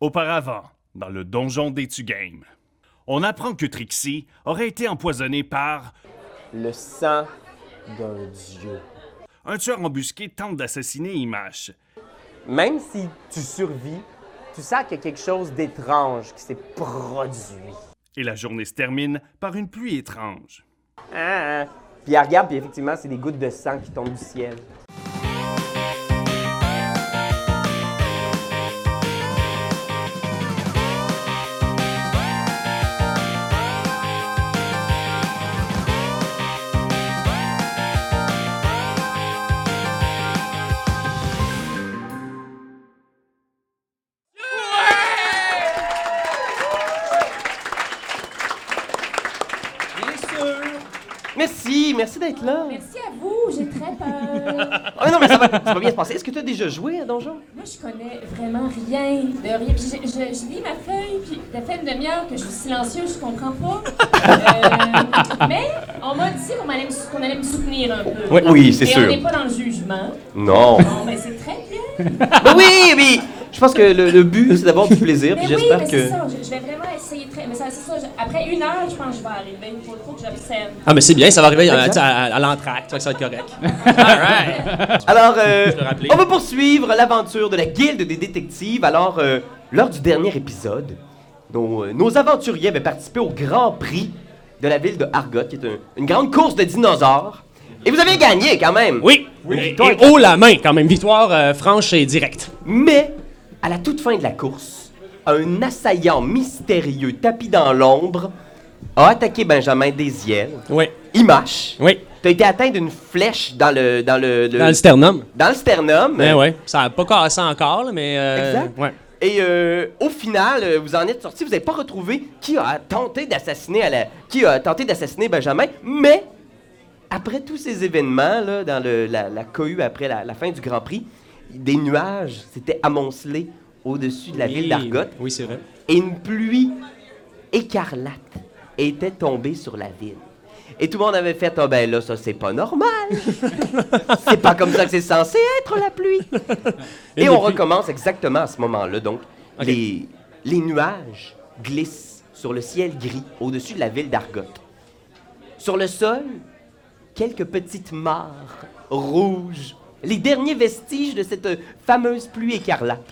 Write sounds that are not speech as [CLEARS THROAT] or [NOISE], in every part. Auparavant, dans le donjon des Tugames, on apprend que Trixie aurait été empoisonnée par Le sang d'un dieu. un tueur embusqué tente d'assassiner Image. Même si tu survis, tu sens qu'il y a quelque chose d'étrange qui s'est produit. Et la journée se termine par une pluie étrange. Ah, ah. Puis elle regarde, puis effectivement, c'est des gouttes de sang qui tombent du ciel. Merci, merci d'être là. Merci à vous, j'ai très peur. Ah mais non, mais ça va, ça va bien se passer. Est-ce que tu as déjà joué à Donjon? Moi, je connais vraiment rien de rien. Puis Je, je- je lis ma feuille, puis ça fait une demi-heure que je suis silencieuse, je comprends pas. Euh, mais on m'a dit qu'on allait, me sou- qu'on allait me soutenir un peu. Oui, oui, c'est Et sûr. on n'est pas dans le jugement. Non. Bon, ben c'est très bien. [LAUGHS] Ben oui, mais je pense que le, le but, c'est d'avoir du plaisir, puis Mais oui, j'espère mais que... c'est ça, je, je vais vraiment essayer très... Mais ça, c'est ça, je- après une heure, je pense que je vais arriver. Il faut, faut que j'observe. Ah, mais c'est bien, ça va arriver à, Exact. à, à l'entracte, fait que ça va être correct. [LAUGHS] All right. Alors, euh, te rappeler. on va poursuivre l'aventure de la Guilde des détectives. Alors, euh, lors du dernier épisode, nos, euh, nos aventuriers avaient participé au Grand Prix de la ville de Argot, qui est un- une grande course de dinosaures. Et vous avez gagné quand même. Oui. Et, et haut la main, quand même. Victoire euh, franche et directe. Mais, à la toute fin de la course, un assaillant mystérieux tapi dans l'ombre a attaqué Benjamin Désiel. Oui. Il marche. Oui. T'as été atteint d'une flèche dans le dans le, le- Dans le sternum. dans le sternum. Ben ouais. Ça a pas cassé encore, là, mais. euh, Exact. Ouais. Et euh, au final, euh, vous en êtes sorti. Vous n'avez pas retrouvé qui a tenté d'assassiner à la- qui a tenté d'assassiner Benjamin, mais après tous ces événements là, dans le- la, la cohue après la, la fin du Grand Prix, des nuages s'étaient amoncelés au-dessus de la ville d'Argot Oui, c'est vrai. et une pluie écarlate était tombée sur la ville. Et tout le monde avait fait Ah ben là, ça c'est [LAUGHS] pas normal. c'est pas comme ça que c'est censé être la pluie. Et, Et on depuis- recommence exactement à ce moment-là. Donc, Ok. les, les nuages glissent sur le ciel gris au-dessus de la ville d'Argot. Sur le sol, quelques petites mares rouges, les derniers vestiges de cette euh, fameuse pluie écarlate.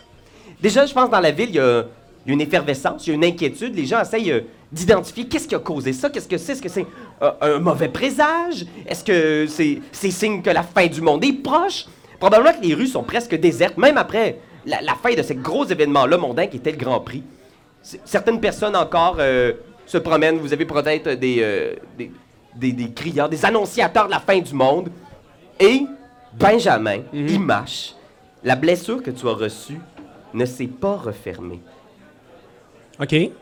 Déjà, je pense dans la ville, il y a une effervescence, il y a une inquiétude. Les gens essayent euh, d'identifier qu'est-ce qui a causé ça, qu'est-ce que c'est, est-ce que c'est euh, un mauvais présage, est-ce que c'est c'est signe que la fin du monde est proche. Probablement que les rues sont presque désertes, même après la, la fin de ce gros événement-là mondain qui était le Grand Prix. C- Certaines personnes encore euh, se promènent. Vous avez peut-être des, euh, des, des- des crieurs, des annonciateurs de la fin du monde. Et Benjamin, Mhm. il marche. La blessure que tu as reçue ne s'est pas refermée. OK. Tu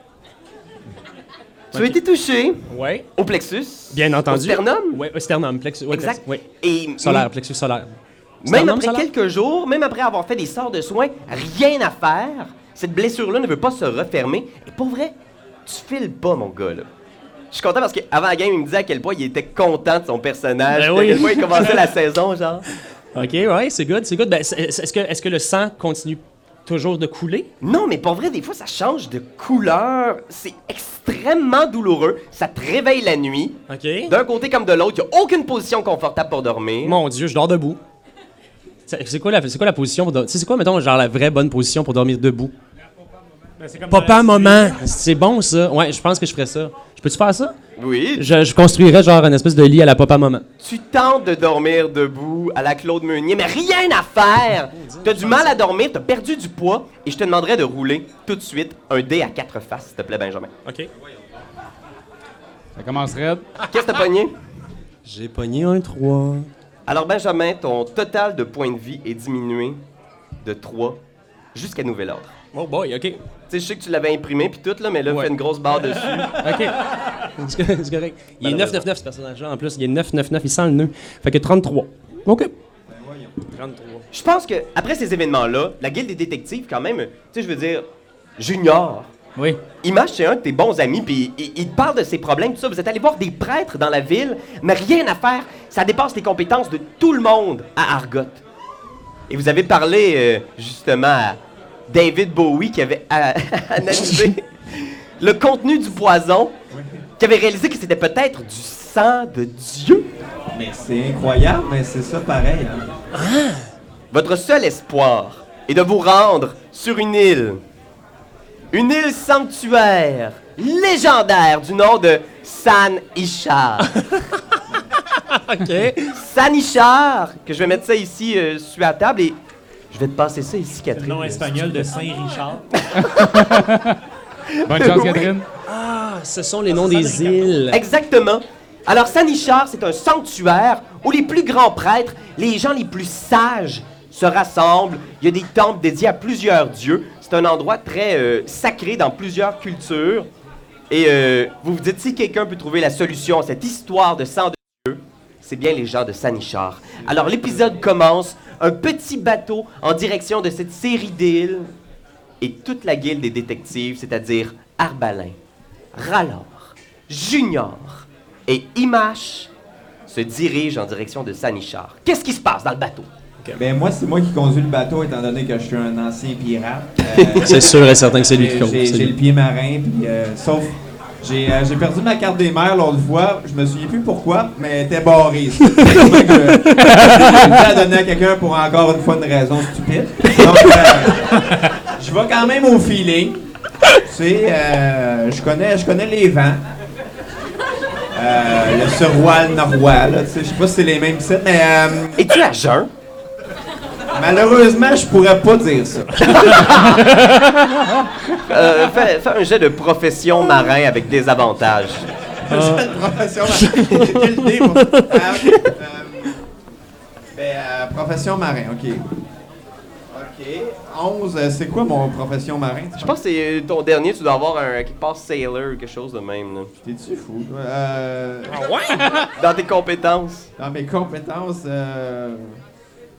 as été touché Ouais. au plexus. Bien entendu. Au sternum. Ouais, au sternum. Plexus. ouais, Exact. plexus, ouais. Et Solaire, plexus solaire. Même Sternum après solaire? quelques jours, même après avoir fait des sorts de soins, rien à faire. Cette blessure-là ne veut pas se refermer. Et pour vrai, tu files pas, mon gars, là. Je suis content parce qu'avant la game, il me disait à quel point il était content de son personnage. Ben à oui. quel point il [LAUGHS] commençait la saison, genre. OK, ouais, c'est good, c'est good. Ben, c'est- est-ce que, est que le sang continue toujours de couler? Non, mais pour vrai, des fois, ça change de couleur. C'est extrêmement douloureux. Ça te réveille la nuit. OK. D'un côté comme de l'autre, il n'y a aucune position confortable pour dormir. Mon Dieu, je dors debout. C'est c'est quoi, la- c'est quoi la position pour dormir? C'est quoi, mettons, genre la vraie bonne position pour dormir debout? Papa, maman! C'est bon, ça. Ouais, je pense que je ferais ça. Je peux-tu faire ça? Oui, Je, je construirais genre une espèce de lit à la papa, maman. Tu tentes de dormir debout à la Claude Meunier, mais rien à faire! T'as du mal à dormir, t'as perdu du poids, et je te demanderais de rouler tout de suite un dé à quatre faces, s'il te plaît, Benjamin. OK. Ça commence raide. Qu'est-ce que t'as pogné? J'ai pogné un 3. Alors, Benjamin, ton total de points de vie est diminué de 3 jusqu'à nouvel ordre. Oh boy, OK. Tu sais, je sais que tu l'avais imprimé puis tout, là, mais là, Ouais. fais une grosse barre dessus. OK. C'est co- c'est correct. Il est 999 ce personnage-là en plus. Il est 999, il sent le nœud. Fait que 33. OK. 33. Je pense que après ces événements-là, la guilde des détectives, quand même, tu sais, je veux dire, Junior. Oui. Image, c'est un de tes bons amis, puis il, il te parle de ses problèmes, tout ça. Vous êtes allé voir des prêtres dans la ville, mais rien à faire. Ça dépasse les compétences de tout le monde à Argot. Et vous avez parlé, euh, justement, à, David Bowie qui avait euh, [LAUGHS] [LAUGHS] analysé le contenu du poison, qui avait réalisé que c'était peut-être du sang de Dieu. Mais c'est incroyable, mais c'est ça pareil. hein. Ah! Votre seul espoir est de vous rendre sur une île. Une île sanctuaire, légendaire du nom de San Ishar. OK. San Ishar, que je vais mettre ça ici euh, sur la table et je vais te passer ça ici, Catherine. Nom espagnol de Saint-Richard. Bonne chance, Catherine. Ah, ce sont les noms des îles. Exactement. Alors, Sanichar, c'est un sanctuaire où les plus grands prêtres, les gens les plus sages, se rassemblent. Il y a des temples dédiés à plusieurs dieux. C'est un endroit très euh, sacré dans plusieurs cultures. Et euh, vous vous dites, si quelqu'un peut trouver la solution à cette histoire de sang de Dieu, c'est bien les gens de Sanichar. Alors, l'épisode commence. Un petit bateau en direction de cette série d'îles. Et toute la guilde des détectives, c'est-à-dire Arbalin, Rallor, Junior et Imache se dirigent en direction de Sanichar. Qu'est-ce qui se passe dans le bateau? Ben moi, c'est moi qui conduis le bateau, étant donné que je suis un ancien [LAUGHS] pirate. Euh, C'est sûr et certain que c'est lui qui j'ai- compte. j'ai c'est j'ai le lui. pied marin, puis euh, sauf... J'ai euh, j'ai perdu ma carte des mers l'autre fois, je me souviens plus pourquoi, mais elle était [LAUGHS] barrée. C'est pour ça que je- J'ai dû la donner à quelqu'un pour encore une fois une raison stupide. Donc, euh, je vais quand même au feeling. Tu sais, euh, je connais, je connais les vents. Euh, le surwal, le norwal, là, tu sais, je sais pas si c'est les mêmes sites, mais... euh, Es-tu à jeun? Malheureusement, je pourrais pas dire ça. Euh, fais, fais un jet de profession marin avec des avantages. J'ai une profession marin. J'ai le dé, moi. Ah, ok. Euh, ben, euh, profession marin, ok. Ok. 11, euh, c'est quoi mon profession marin? Je pense que c'est euh, ton dernier, tu dois avoir un quelque part sailor ou quelque chose de même. là. T'es-tu fou? toi? Euh, Dans tes compétences. dans mes compétences, euh,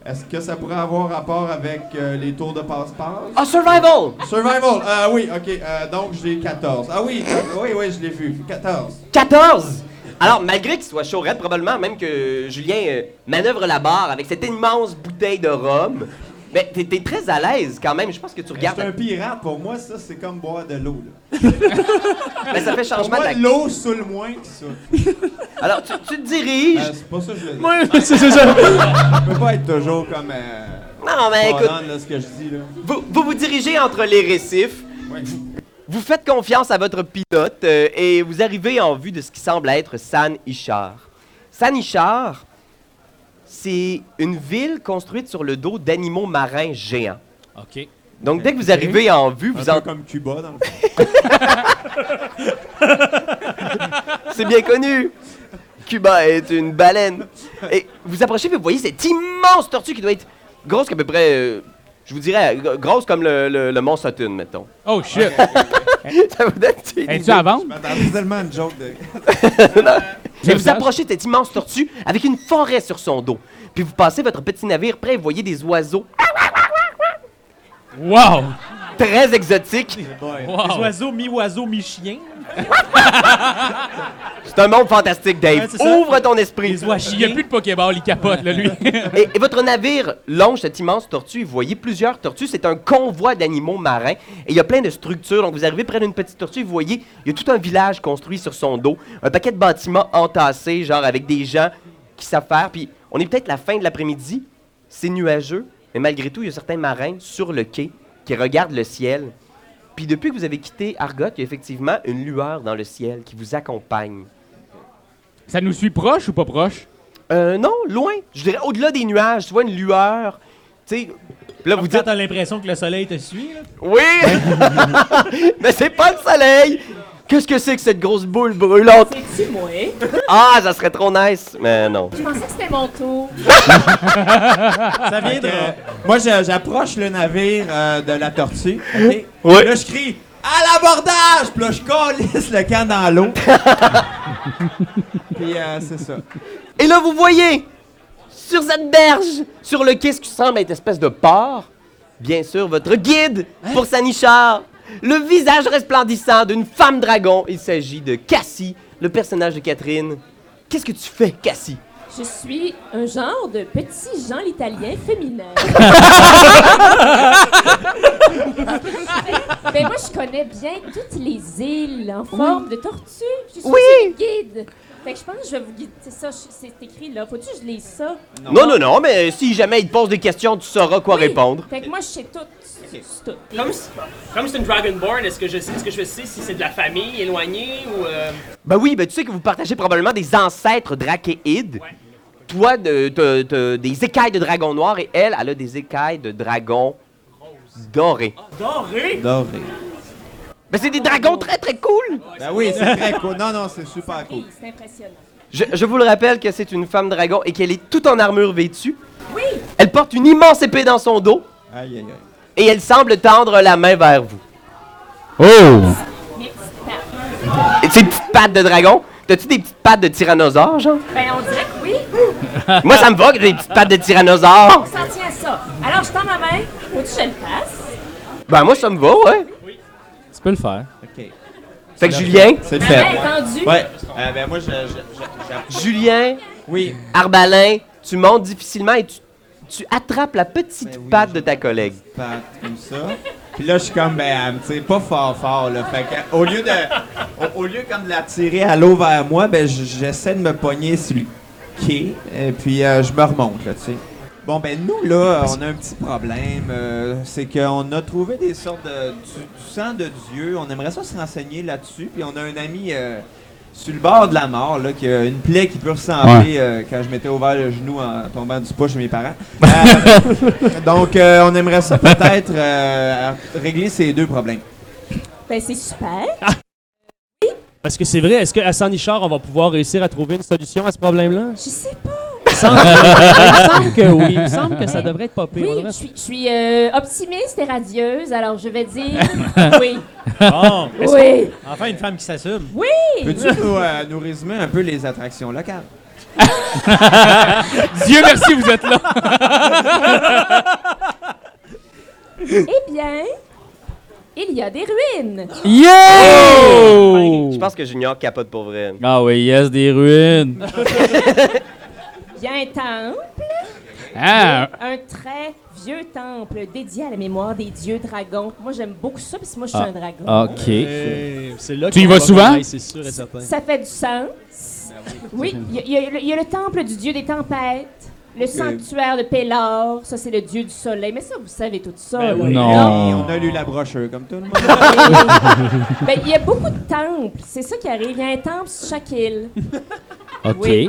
est-ce que ça pourrait avoir rapport avec euh, les tours de passe-passe? Ah, survival! Survival! Ah oui, ok. euh, donc j'ai 14. Ah oui, euh, oui, oui, je l'ai vu. 14. 14! Alors, malgré qu'il soit chaud raide, probablement même que Julien euh, manœuvre la barre avec cette immense bouteille de rhum, mais t'es t'es très à l'aise quand même. Je pense que tu C'est un regardes. pirate, pour moi, ça, c'est comme boire de l'eau. là. Mais ça fait Pour changement moi, d'acte. l'eau saoule moins que [LAUGHS] ça. Alors, tu, tu te diriges. Euh, c'est pas ça que je le dis. C'est c'est ça. Je peux pas être toujours comme. Euh, Non, mais écoute, Conan, là, ce que je dis, là. vous vous, vous dirigez entre les récifs. Ouais. Vous faites confiance à votre pilote euh, et vous arrivez en vue de ce qui semble être San Ishar. San Ishar, c'est une ville construite sur le dos d'animaux marins géants. OK. Donc, dès que vous arrivez en vue, vous en... Un peu comme Cuba, dans [LAUGHS] le fond. C'est bien connu. Cuba est une baleine. Et vous approchez, puis vous voyez cette immense tortue qui doit être grosse qu'à peu près, euh, je vous dirais, euh, grosse comme le, le- le mont Saturne, mettons. [LAUGHS] Oh Ah, shit. Ça vous donne une idée. Es-tu à vendre? Je m'attendais Ben, tellement à une joke de. Mais vous Sauvetage. approchez de cette immense tortue avec une forêt sur son dos. Puis vous passez votre petit navire près et vous voyez des oiseaux Wow. très exotiques. Les Wow. oiseaux, mi-oiseaux, mi-chien. C'est un monde fantastique, Ouais, Dave. c'est ça. Ouvre ton esprit. Les oies Il n'y a chiens. plus de Pokéball, il capote, [LAUGHS] là, lui. Et, et votre navire longe cette immense tortue. et Vous voyez plusieurs tortues. C'est un convoi d'animaux marins. Et il y a plein de structures. Donc, vous arrivez près d'une petite tortue. Vous voyez, il y a tout un village construit sur son dos. Un paquet de bâtiments entassés, genre avec des gens qui savent faire. Puis, on est peut-être la fin de l'après-midi. C'est nuageux. Mais malgré tout, il y a certains marins sur le quai qui regardent le ciel. Puis, depuis que vous avez quitté Argot, il y a effectivement une lueur dans le ciel qui vous accompagne. Ça nous suit proche ou pas proche? Euh, non, loin. Je dirais au-delà des nuages. Tu vois une lueur. Tu sais. Puis Là, vous Vous dites, t'as l'impression que le soleil te suit, là? Oui! [LAUGHS] Mais c'est pas le soleil! Qu'est-ce que c'est que cette grosse boule brûlante? C'est-tu moi? Ah, ça serait trop nice! Mais non. Je pensais que c'était mon tour. Ça viendra. Euh, moi, je- j'approche le navire euh, de la tortue. ok? Oui. Puis Là, je crie à l'abordage! Puis là, je colisse le camp dans [LAUGHS] l'eau. Puis euh, c'est ça. Et là, vous voyez, sur cette berge, sur le quai, ce qui semble être une espèce de port, bien sûr, votre guide pour Sanichard, le visage resplendissant d'une femme dragon. Il s'agit de Cassie, le personnage de Catherine. Qu'est-ce que tu fais, Cassie? Je suis un genre de petit Jean l'Italien [LAUGHS] féminin. Mais Ben, moi, je connais bien toutes les îles en forme de tortue. Je suis oui. guide. Fait que je pense que je vais vous guider. C'est ça, je- c'est écrit là. Faut-tu que je lise ça? Non, non, non, mais si jamais il te pose des questions, tu sauras quoi Oui. répondre. Fait que moi, je sais tout. Je sais tout. Comme c- comme c'est une Dragonborn, est-ce que je sais, est-ce que je sais si c'est de la famille éloignée ou euh, Ben oui, ben tu sais que vous partagez probablement des ancêtres drachéides. Toi, de- t'as- t'as des écailles de dragon noir et elle, elle a des écailles de dragon doré. doré? Doré. Ben c'est des dragons très très cool! Ben oui, c'est très cool. Non, non, c'est super cool. Oui, c'est impressionnant. Je, je vous le rappelle que c'est une femme dragon et qu'elle est toute en armure vêtue. Oui. Elle porte une immense épée dans son dos Aïe, aïe, aïe. et elle semble tendre la main vers vous. Oh! Mes petites tapes. Et ces petites pattes de dragon, t'as-tu des petites pattes de tyrannosaure, [LAUGHS] genre? Ben, on dirait que oui. Moi, ça me va que des petites pattes de tyrannosaure! On s'en tient à ça. Alors, je tends ma main. Faut-tu que je le fasse? Ben moi, ça me va, ouais. Tu peux le faire. OK. Fait que Julien, C'est Ma fait. main est tendue. Ouais. Euh, ben moi, je... je- je- je- Julien, Oui. Arbalin, tu montes difficilement et tu, tu attrapes la petite Ben oui, patte je- de ta collègue. patte comme ça. Puis là, je suis comme, ben, elle me tire pas fort fort, là. Fait que, au lieu de, au, au lieu comme de la tirer à l'eau vers moi, ben, j- j'essaie de me pogner sur le quai, et puis euh, je me remonte, là, tu sais. Bon, ben, nous, là, on a un petit problème. euh, c'est qu'on a trouvé des sortes de, du, du sang de Dieu. On aimerait ça se renseigner là-dessus. Puis on a un ami euh, sur le bord de la mort, là, qui a une plaie qui peut ressembler euh, quand je m'étais ouvert le genou en tombant du poids chez mes parents. Euh, donc, euh, on aimerait ça peut-être euh, régler ces deux problèmes. Ben, c'est super. Ah. Parce que c'est vrai, est-ce qu'à Sanichard, on va pouvoir réussir à trouver une solution à ce problème-là? Je sais pas. Il me semble que oui. Il me semble que ça devrait être pas pire. Oui, On je devrait- suis, je suis, euh, optimiste et radieuse, alors je vais dire [LAUGHS] oui. Bon. Oui. Enfin, une femme qui s'assume. Peux-tu nous, euh, nous résumer un peu les attractions locales? Dieu merci, vous [LAUGHS] êtes là! Eh bien, il y a des ruines. Yo! Je pense que Junior capote pour vrai. Ah oui, yes, des ruines! Il y a un temple, Ah! un très vieux temple dédié à la mémoire des dieux dragons. Moi, j'aime beaucoup ça parce que moi, je suis un dragon. Ok. Euh, c'est là Tu y qu'on vas va souvent? travailler, C'est sûr et certain. Ça fait du sens. Oui, il y, a- il y a le- il y a le temple du dieu des tempêtes. Le sanctuaire de Pélor, ça c'est le dieu du soleil. Mais ça, vous savez tout ça. là. Et Non. on a lu la brochure, comme tout le monde. Ben, il y a beaucoup de temples. C'est ça qui arrive. Il y a un temple sur chaque île. Ok. Oui.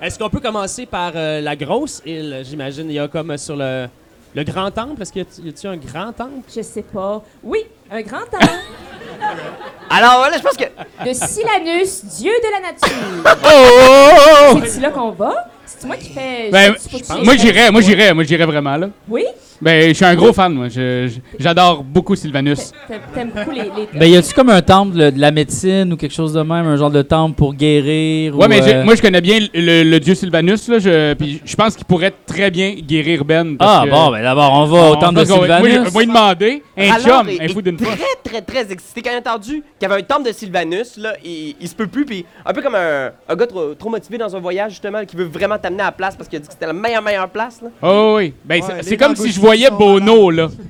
Est-ce qu'on peut commencer par euh, la grosse île, j'imagine? Il y a comme euh, sur le, le grand temple. Est-ce qu'il y a- y a-t-il un grand temple? Je sais pas. Oui, un grand temple Alors là, je pense que de Silanus, dieu de la nature. Oh! C'est là qu'on va. C'est moi qui fais. Ben, c'est- c'est- moi j'irais, moi j'irais, moi j'irais vraiment là. Oui. Ben, je suis un gros fan, moi. Je- je- J'adore beaucoup Sylvanus. T'a- T'aimes beaucoup les. les... Ben, y a-tu comme un temple de la médecine ou quelque chose de même, un genre de temple pour guérir? Ouais, ou, mais j'ai- euh, moi je connais bien le, le- le dieu Sylvanus, là. Je, puis je pense qu'il pourrait très bien guérir Ben. parce Ah, que- bon, ben d'abord, on va au on- temple de parce qu'on- Sylvanus. Moi, je- moi, il demandait, un Alors, chum, est- un fou d'une est fois. très, très, très excité. Quand il a entendu qu'il y avait un temple de Sylvanus, là, il, il se peut plus, puis un peu comme un, un gars trop, trop motivé dans un voyage, justement, qui veut vraiment t'amener à la place parce qu'il a dit que c'était la meilleure, meilleure place, là. Oh oui. Ben, c'est- Ouais, c'est les comme si je Lamborghini voyais sont Bono, là. tu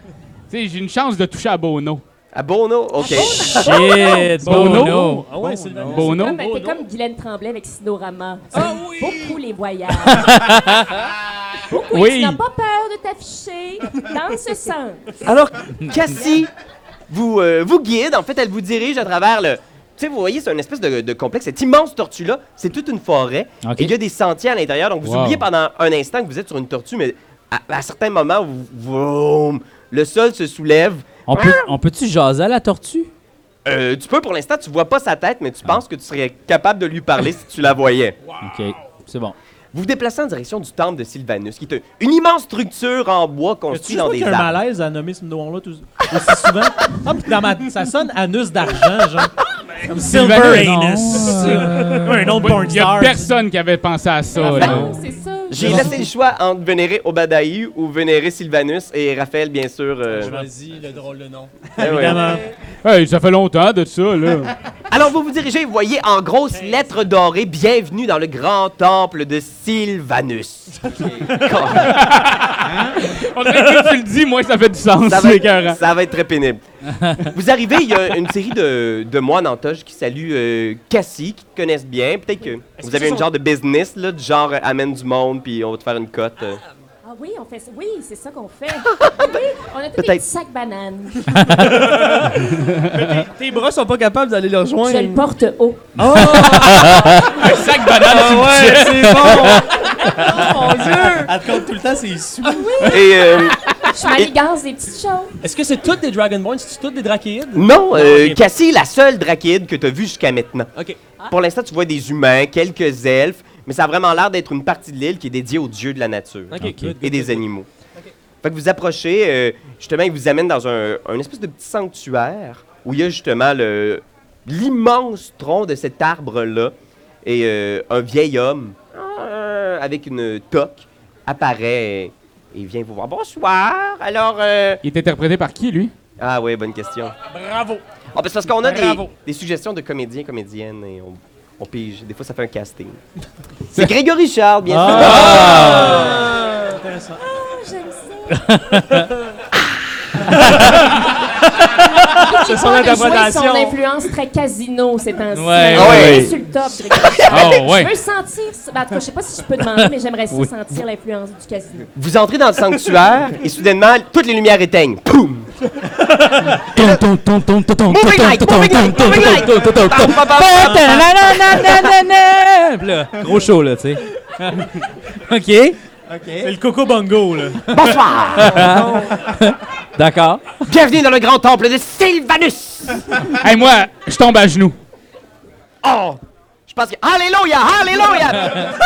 sais, j'ai une chance de toucher à Bono. À Bono, OK. Shit, Bono? Bono! Bono. Ah ouais, Sylvanus. Bono? Comme, ben, t'es comme Guylaine Tremblay avec Sinorama. Ah oui! Beaucoup les voyages. beaucoup. et Oui. Tu n'as pas peur de t'afficher dans ce sens. Alors, Cassie vous, euh, vous guide, en fait, elle vous dirige à travers le. Tu sais, vous voyez, c'est une espèce de, de complexe. Cette immense tortue-là, c'est toute une forêt. Ok. Et il y a des sentiers à l'intérieur. Donc, vous Wow. oubliez pendant un instant que vous êtes sur une tortue, mais à, à certains moments, vous- vroom, le sol se soulève. On peut- on peut-tu jaser à la tortue? Euh, tu peux, pour l'instant, tu vois pas sa tête, mais tu penses que tu serais capable de lui parler si tu la voyais. Ok, c'est bon. Vous vous déplacez en direction du temple de Sylvanus, qui est une immense structure en bois Est-ce construite dans que des tu as un arbres. malaise à nommer ce nom-là tout- aussi souvent? Ah, puis dans ma- ça sonne anus d'argent, genre. Comme Silver Sylvanus. Anus. Comme un nom de porn Il y a star. personne qui avait pensé à ça, Ah, là. Non, Ah c'est ça. Ah J'ai laissé le choix entre vénérer Obadaï ou vénérer Sylvanus et Raphaël, bien sûr. euh, [LAUGHS] Vas-y, le drôle de nom. eh ouais. Évidemment. [LAUGHS] Hey, ça fait longtemps de ça, là. Alors vous vous dirigez, vous voyez en grosses lettres dorées, bienvenue dans le grand temple de Sylvanus. [LAUGHS] On dirait que plus tu le dis, moi, ça fait du sens. ça, va C'est être, écœurant. ça va être très pénible. vous arrivez, il y a une série de, de moines en toge qui saluent euh, Cassie, qui te connaissent bien. Peut-être que vous que avez ce une sont- genre de business, là, du genre euh, amène du monde, puis on va te faire une cote. euh. Ah oui, on fait ça. Oui, c'est ça qu'on fait. Ah oui, on a tous des Peut-être. petits sacs bananes. [LAUGHS] Tes bras sont pas capables d'aller le rejoindre. Je le porte [LAUGHS] haut. Oh! Un sac banane, Ah c'est bon! Oh, [LAUGHS] Elle te compte tout le temps, c'est issu. Et euh, Je suis m'allégeance des petites choses. Est-ce que c'est toutes des Dragonborn? C'est toutes des Drakéides? non, euh, ok. Cassie est la seule draquide que tu as vue jusqu'à maintenant. Ok. Pour l'instant, tu vois des humains, quelques elfes, mais ça a vraiment l'air d'être une partie de l'île qui est dédiée aux dieux de la nature. Ok, good, good, et good, des good. animaux. Fait que vous approchez, euh, justement, ils vous amènent dans un, un espèce de petit sanctuaire où il y a justement le, l'immense tronc de cet arbre-là. Et euh, un vieil homme euh, avec une toque apparaît et vient vous voir. Bonsoir, alors. euh, Il est interprété par qui, lui Ah, ouais, bonne question. Bravo! Ah, ben, c'est parce qu'on a des, Bravo. des suggestions de comédiens, comédiennes et on, on pige. Des fois, ça fait un casting. [LAUGHS] C'est Grégory Charles, bien sûr. Ah. J'aime ça. C'est son On a joué interprétation. Ah, son influence très casino ces temps-ci. Ouais, Ah ouais. Je suis sur le top. je regarde. Oh, Je veux sentir. ça. Ben, en tout cas, je sais pas si je peux demander, mais j'aimerais ça sentir l'influence du casino. Vous entrez dans le sanctuaire et soudainement, toutes les lumières éteignent. Poum! Moving light! Moving light! Moving light! Bam, bam, bam, bam, bam. Puis là, Gros show, là, [LAUGHS] tu sais. OK. C'est le Coco Bongo, là. Bonsoir! D'accord. Bienvenue dans le grand temple de Sylvanus! Hey, moi, je tombe à genoux. Oh! Je pense que. Alléluia! Alléluia! [LAUGHS]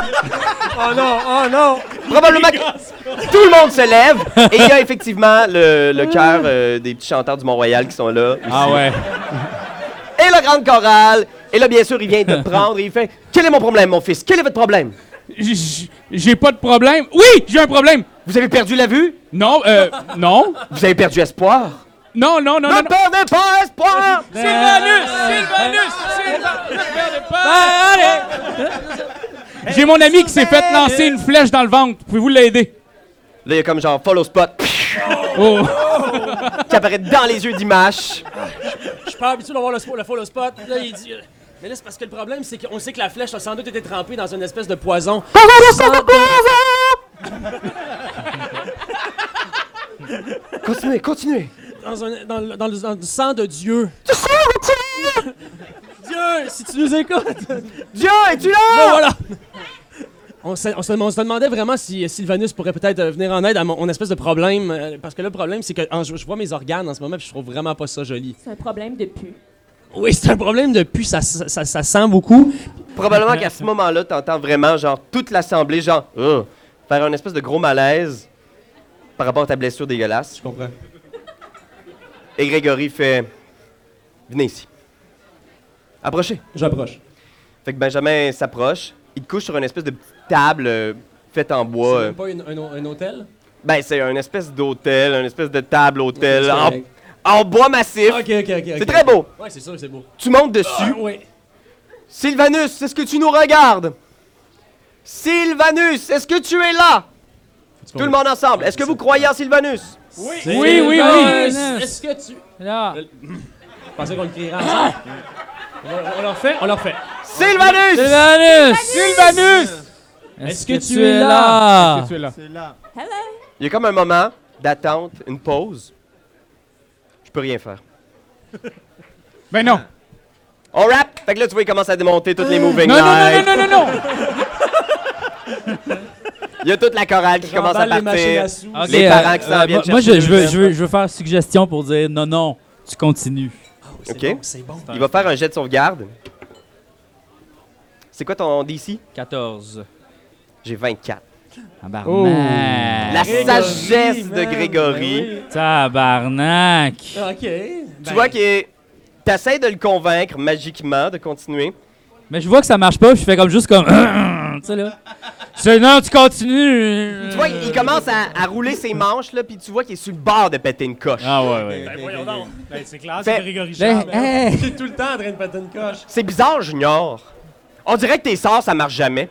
Oh non, oh non! Probablement que tout le monde se lève et il y a effectivement le, Ah. le cœur euh, des petits chanteurs du Mont-Royal qui sont là. Ah ouais. Et la grande chorale! Et là, bien sûr, il vient te prendre et il fait Quel est mon problème, mon fils? Quel est votre problème? J'ai pas de problème. Oui, j'ai un problème. Vous avez perdu la vue? Non, [LAUGHS] euh, non. Vous avez perdu espoir? Non, non, non, Ne Ah, non. non. perdez pas espoir! Sylvanus! Sylvanus! Sylvanus! J'ai mon ami qui s'est fait lancer une flèche dans le ventre. Pouvez-vous l'aider? Là, il y a comme genre follow spot Oh. [LAUGHS] qui apparaît dans les yeux d'Imash. Je suis pas habitué d'avoir le, spo- le follow spot. Là, il dit. euh, Mais là, c'est parce que le problème, c'est qu'on sait que la flèche a sans doute été trempée dans une espèce de poison. Continuez, continuez. Dans, un, dans, le- dans le, dans le sang de Dieu. [LAUGHS] Dieu, si tu nous écoutes! Dieu, es-tu Ben là? voilà! On se, on se- on se demandait vraiment si euh, Sylvanus pourrait peut-être euh, venir en aide à mon, mon espèce de problème. euh, parce que le problème, c'est que en- je, je vois mes organes en ce moment et je trouve vraiment pas ça joli. C'est un problème de pu. Oui, c'est un problème depuis, ça, ça, ça- ça sent beaucoup. Probablement qu'à ce moment-là, t'entends vraiment genre toute l'assemblée genre Ugh faire un espèce de gros malaise par rapport à ta blessure dégueulasse. Je comprends. Et Grégory fait venez ici. Approchez. J'approche. Fait que Benjamin s'approche. Il te couche sur une espèce de petite table euh, faite en bois. C'est euh, même pas une- un, un- un hôtel? Ben, c'est un espèce d'hôtel, un espèce de table hôtel Ouais, c'est en, correct. Ah. en bois massif. Ok, ok, ok. C'est très beau. Ouais, c'est sûr que c'est beau. Ah Tu montes dessus. oui. Sylvanus, est-ce que tu nous regardes? Sylvanus, est-ce que tu es là? Tout le monde ensemble, est-ce que vous croyez en Sylvanus? Oui, oui, Est-ce que tu. Là. Je pensais qu'on le crierait ensemble. on, on leur fait, on leur fait. Sylvanus! Sylvanus! Sylvanus! Est-ce que tu es là? Tu es là. C'est là. Il y a comme un moment d'attente, une pause. Je peux rien faire. Ben [LAUGHS] non. On rap! Fait que là, tu vois, il commence à démonter Ah. toutes les moving Non, non, non, lights. non, non, non, non. [LAUGHS] Il y a toute la chorale qui commence à J'emballe les machines partir. à Euh, sous. Ok, Euh, Les parents qui s'en viennent moi- Moi, chercher je, je le veux, jeune. je, veux, je veux faire suggestion pour dire non, non, tu continues. C'est Ok. bon, c'est bon. Il va faire un jet de sauvegarde. C'est quoi ton DC? 14. J'ai 24. Tabarnak. La sagesse Ben de Grégory. Ben Ben Tabarnak. Ok. Tu ben. vois que t'essaies de le convaincre magiquement de continuer. Mais je vois que ça marche pas, puis je fais comme juste comme. [CLEARS THROAT] tu sais, là. C'est non, tu continues. Tu vois, il commence à, à rouler ses manches, là, puis tu vois qu'il est sur le bord de péter une coche. Ah ouais, ouais. Ben, voyons donc. Ben, c'est clair, Fait- c'est Grégory Charles. Ben, hey. [LAUGHS] T'es tout le temps en train de péter une coche. C'est bizarre, Junior. On dirait que tes sorts, ça marche jamais.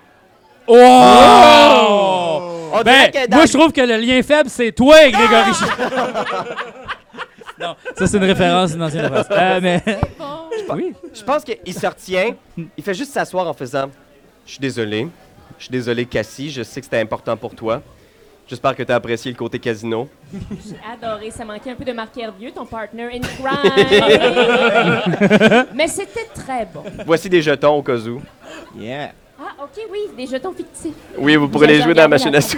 Oh! On Ben, dirait que dans Ah! moi, je trouve que le lien faible, c'est toi, Grégory. [LAUGHS] non, ça, c'est une référence, une ancienne référence. Euh, mais... Je pense qu'il se retient. Il fait juste s'asseoir en faisant Je suis désolé. Je suis désolé, Cassie. Je sais que c'était important pour toi. J'espère que tu as apprécié le côté casino. J'ai adoré, ça manquait un peu de Marc Hervieux, ton partner in crime. Mais c'était très bon. Voici des jetons au cas où. Yeah. Ah, ok, oui, des jetons fictifs. Oui, vous pourrez Vous les avez jouer dans la regardé machine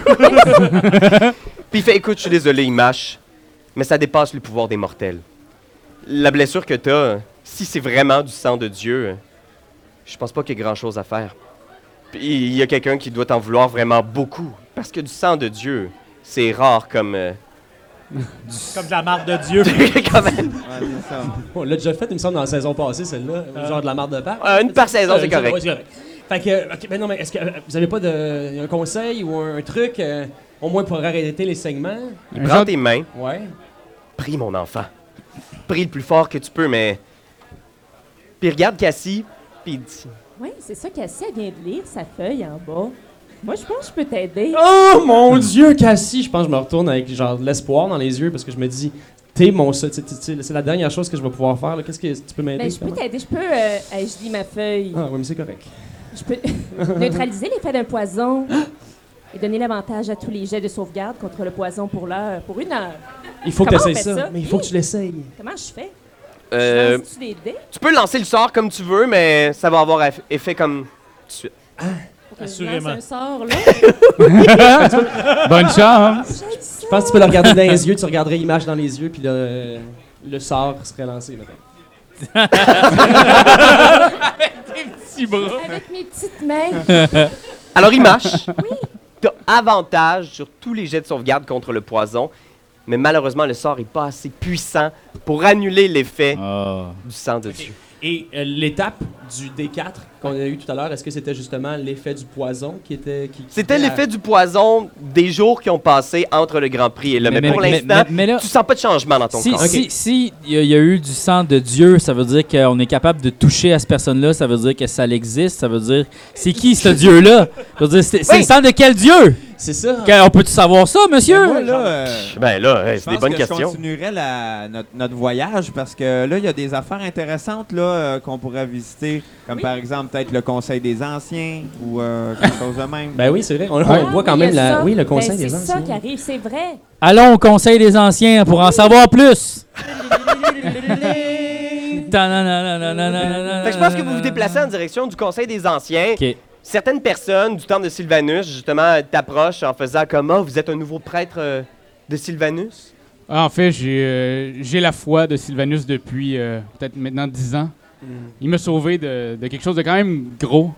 à la sous. [LAUGHS] [LAUGHS] Puis il fait Écoute, je suis désolé, il mâche. Mais ça dépasse le pouvoir des mortels. La blessure que tu as, si c'est vraiment du sang de Dieu, je pense pas qu'il y ait grand chose à faire. Puis il y a quelqu'un qui doit t'en vouloir vraiment beaucoup. Parce que du sang de Dieu, c'est rare comme. euh, Comme de la marque de Dieu. [LAUGHS] quand même. Ouais, c'est ça. On l'a déjà fait, il me semble, dans la saison passée, celle-là. Genre de la marde de pape. Euh, une par saison, c'est correct. Ouais, c'est correct. Fait que, ok, ben non, mais est-ce que euh, vous avez pas de, un conseil ou un truc, euh, au moins pour arrêter les saignements? Prends tes mains, Ouais. prie mon enfant. Prie le plus fort que tu peux, mais. Puis regarde Cassie, puis il dit Oui, c'est ça Cassie, elle vient de lire sa feuille en bas. Moi, je pense que je peux t'aider. Oh mon Dieu, Cassie! Je pense que je me retourne avec genre de l'espoir dans les yeux parce que je me dis, t'es mon seul. t'sais, t'sais, t'sais, C'est la dernière chose que je vais pouvoir faire. là. Qu'est-ce que tu peux m'aider? Ben, je peux finalement? t'aider, je peux. euh, hey, je lis ma feuille. ah, oui, mais c'est correct. Je [LAUGHS] peux neutraliser l'effet d'un poison et donner l'avantage à tous les jets de sauvegarde contre le poison pour l'heure, pour une heure. Il faut que Comment t'essayes on fait ça, ça? mais il faut que tu l'essayes. Comment je fais? Euh, tu des dés? Tu peux lancer le sort comme tu veux, mais ça va avoir eff- effet comme. tout de suite. Faut que je Assurément. lance un sort, [LAUGHS] là. Bonne chance. J'ai ça. Je pense que tu peux le regarder dans les yeux, tu regarderais l'image dans les yeux, puis le, le sort serait lancé. mettons. Avec mes petites mains. Alors il [LAUGHS] marche. T'as avantage sur tous les jets de sauvegarde contre le poison, mais malheureusement, le sort est pas assez puissant pour annuler l'effet Oh. du sang de Dieu. Et euh, l'étape du D4 qu'on a eu tout à l'heure, est-ce que c'était justement l'effet du poison qui était. qui- qui C'était était à- l'effet du poison des jours qui ont passé entre le Grand Prix et là, mais, pour l'instant, mais- mais là, tu sens pas de changement dans ton si, corps. si, si il y, a- il y a eu du sang de Dieu, ça veut dire qu'on est capable de toucher à cette personne-là, ça veut dire que ça l'existe, ça veut dire c'est qui ce Dieu-là? Ça veut dire, C'est c'est Oui. le sang de quel Dieu? C'est ça. Que- on peut-tu savoir ça, monsieur? Moi, là, euh, Ben là, hey, Je c'est pense des bonnes que Je questions. continuerai la- notre, notre voyage parce que là, il y a des affaires intéressantes là, euh, qu'on pourrait visiter, comme par exemple peut-être le Conseil des Anciens ou euh, quelque chose de même. Ben oui, c'est vrai. On, on Ah, voit quand oui, même il y a la, ça. oui, le conseil Ben, des C'est ça anciens. qui arrive, c'est vrai. Allons au conseil des anciens pour en savoir plus! Fait que je pense que vous vous déplacez en direction du Conseil des Anciens. Ok. Certaines personnes du temple de Sylvanus, justement, t'approchent en faisant comme Ah, vous êtes un nouveau prêtre euh, de Sylvanus. Ah, En fait, j'ai euh, j'ai la foi de Sylvanus depuis euh, peut-être maintenant 10 ans. Mm. Il m'a sauvé de, de quelque chose de quand même gros.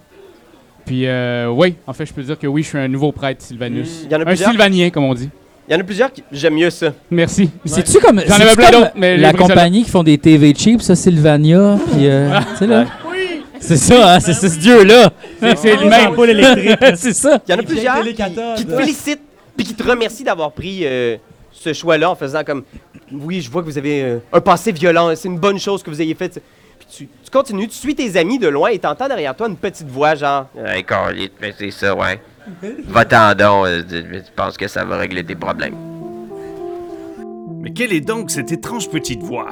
Puis, euh, oui, en fait, je peux dire que oui, je suis un nouveau prêtre Sylvanus. Mm. Il y en a Un plusieurs. Sylvanien, comme on dit. Il y en a plusieurs qui. J'aime mieux ça. Merci. C'est-tu comme, J'en avais c'est-tu plein comme d'autres, mais la j'ai pris celle-là. compagnie qui font des TV cheap, ça, Sylvania, puis euh, tu sais, là? C'est ça, hein, c'est c'est ce dieu-là! C'est- C'est Les le même. ampoules électriques. c'est ça! Il y en a Les vieilles plusieurs qui, télécathodes. qui te félicitent puis qui te remercient d'avoir pris euh, ce choix-là en faisant comme Oui, je vois que vous avez euh, un passé violent, c'est une bonne chose que vous ayez faite. Puis tu, tu continues, tu suis tes amis de loin et t'entends derrière toi une petite voix, genre Hey, Carlis, mais c'est ça, ouais. Va-t'en donc, euh, tu tu penses que ça va régler tes problèmes. Mais quelle est donc cette étrange petite voix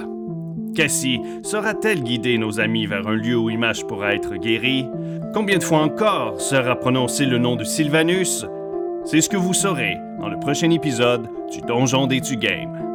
Cassie, saura-t-elle guider nos amis vers un lieu où Image pourra être guéri Combien de fois encore sera prononcé le nom de Sylvanus C'est ce que vous saurez dans le prochain épisode du Donjon des Tu Game.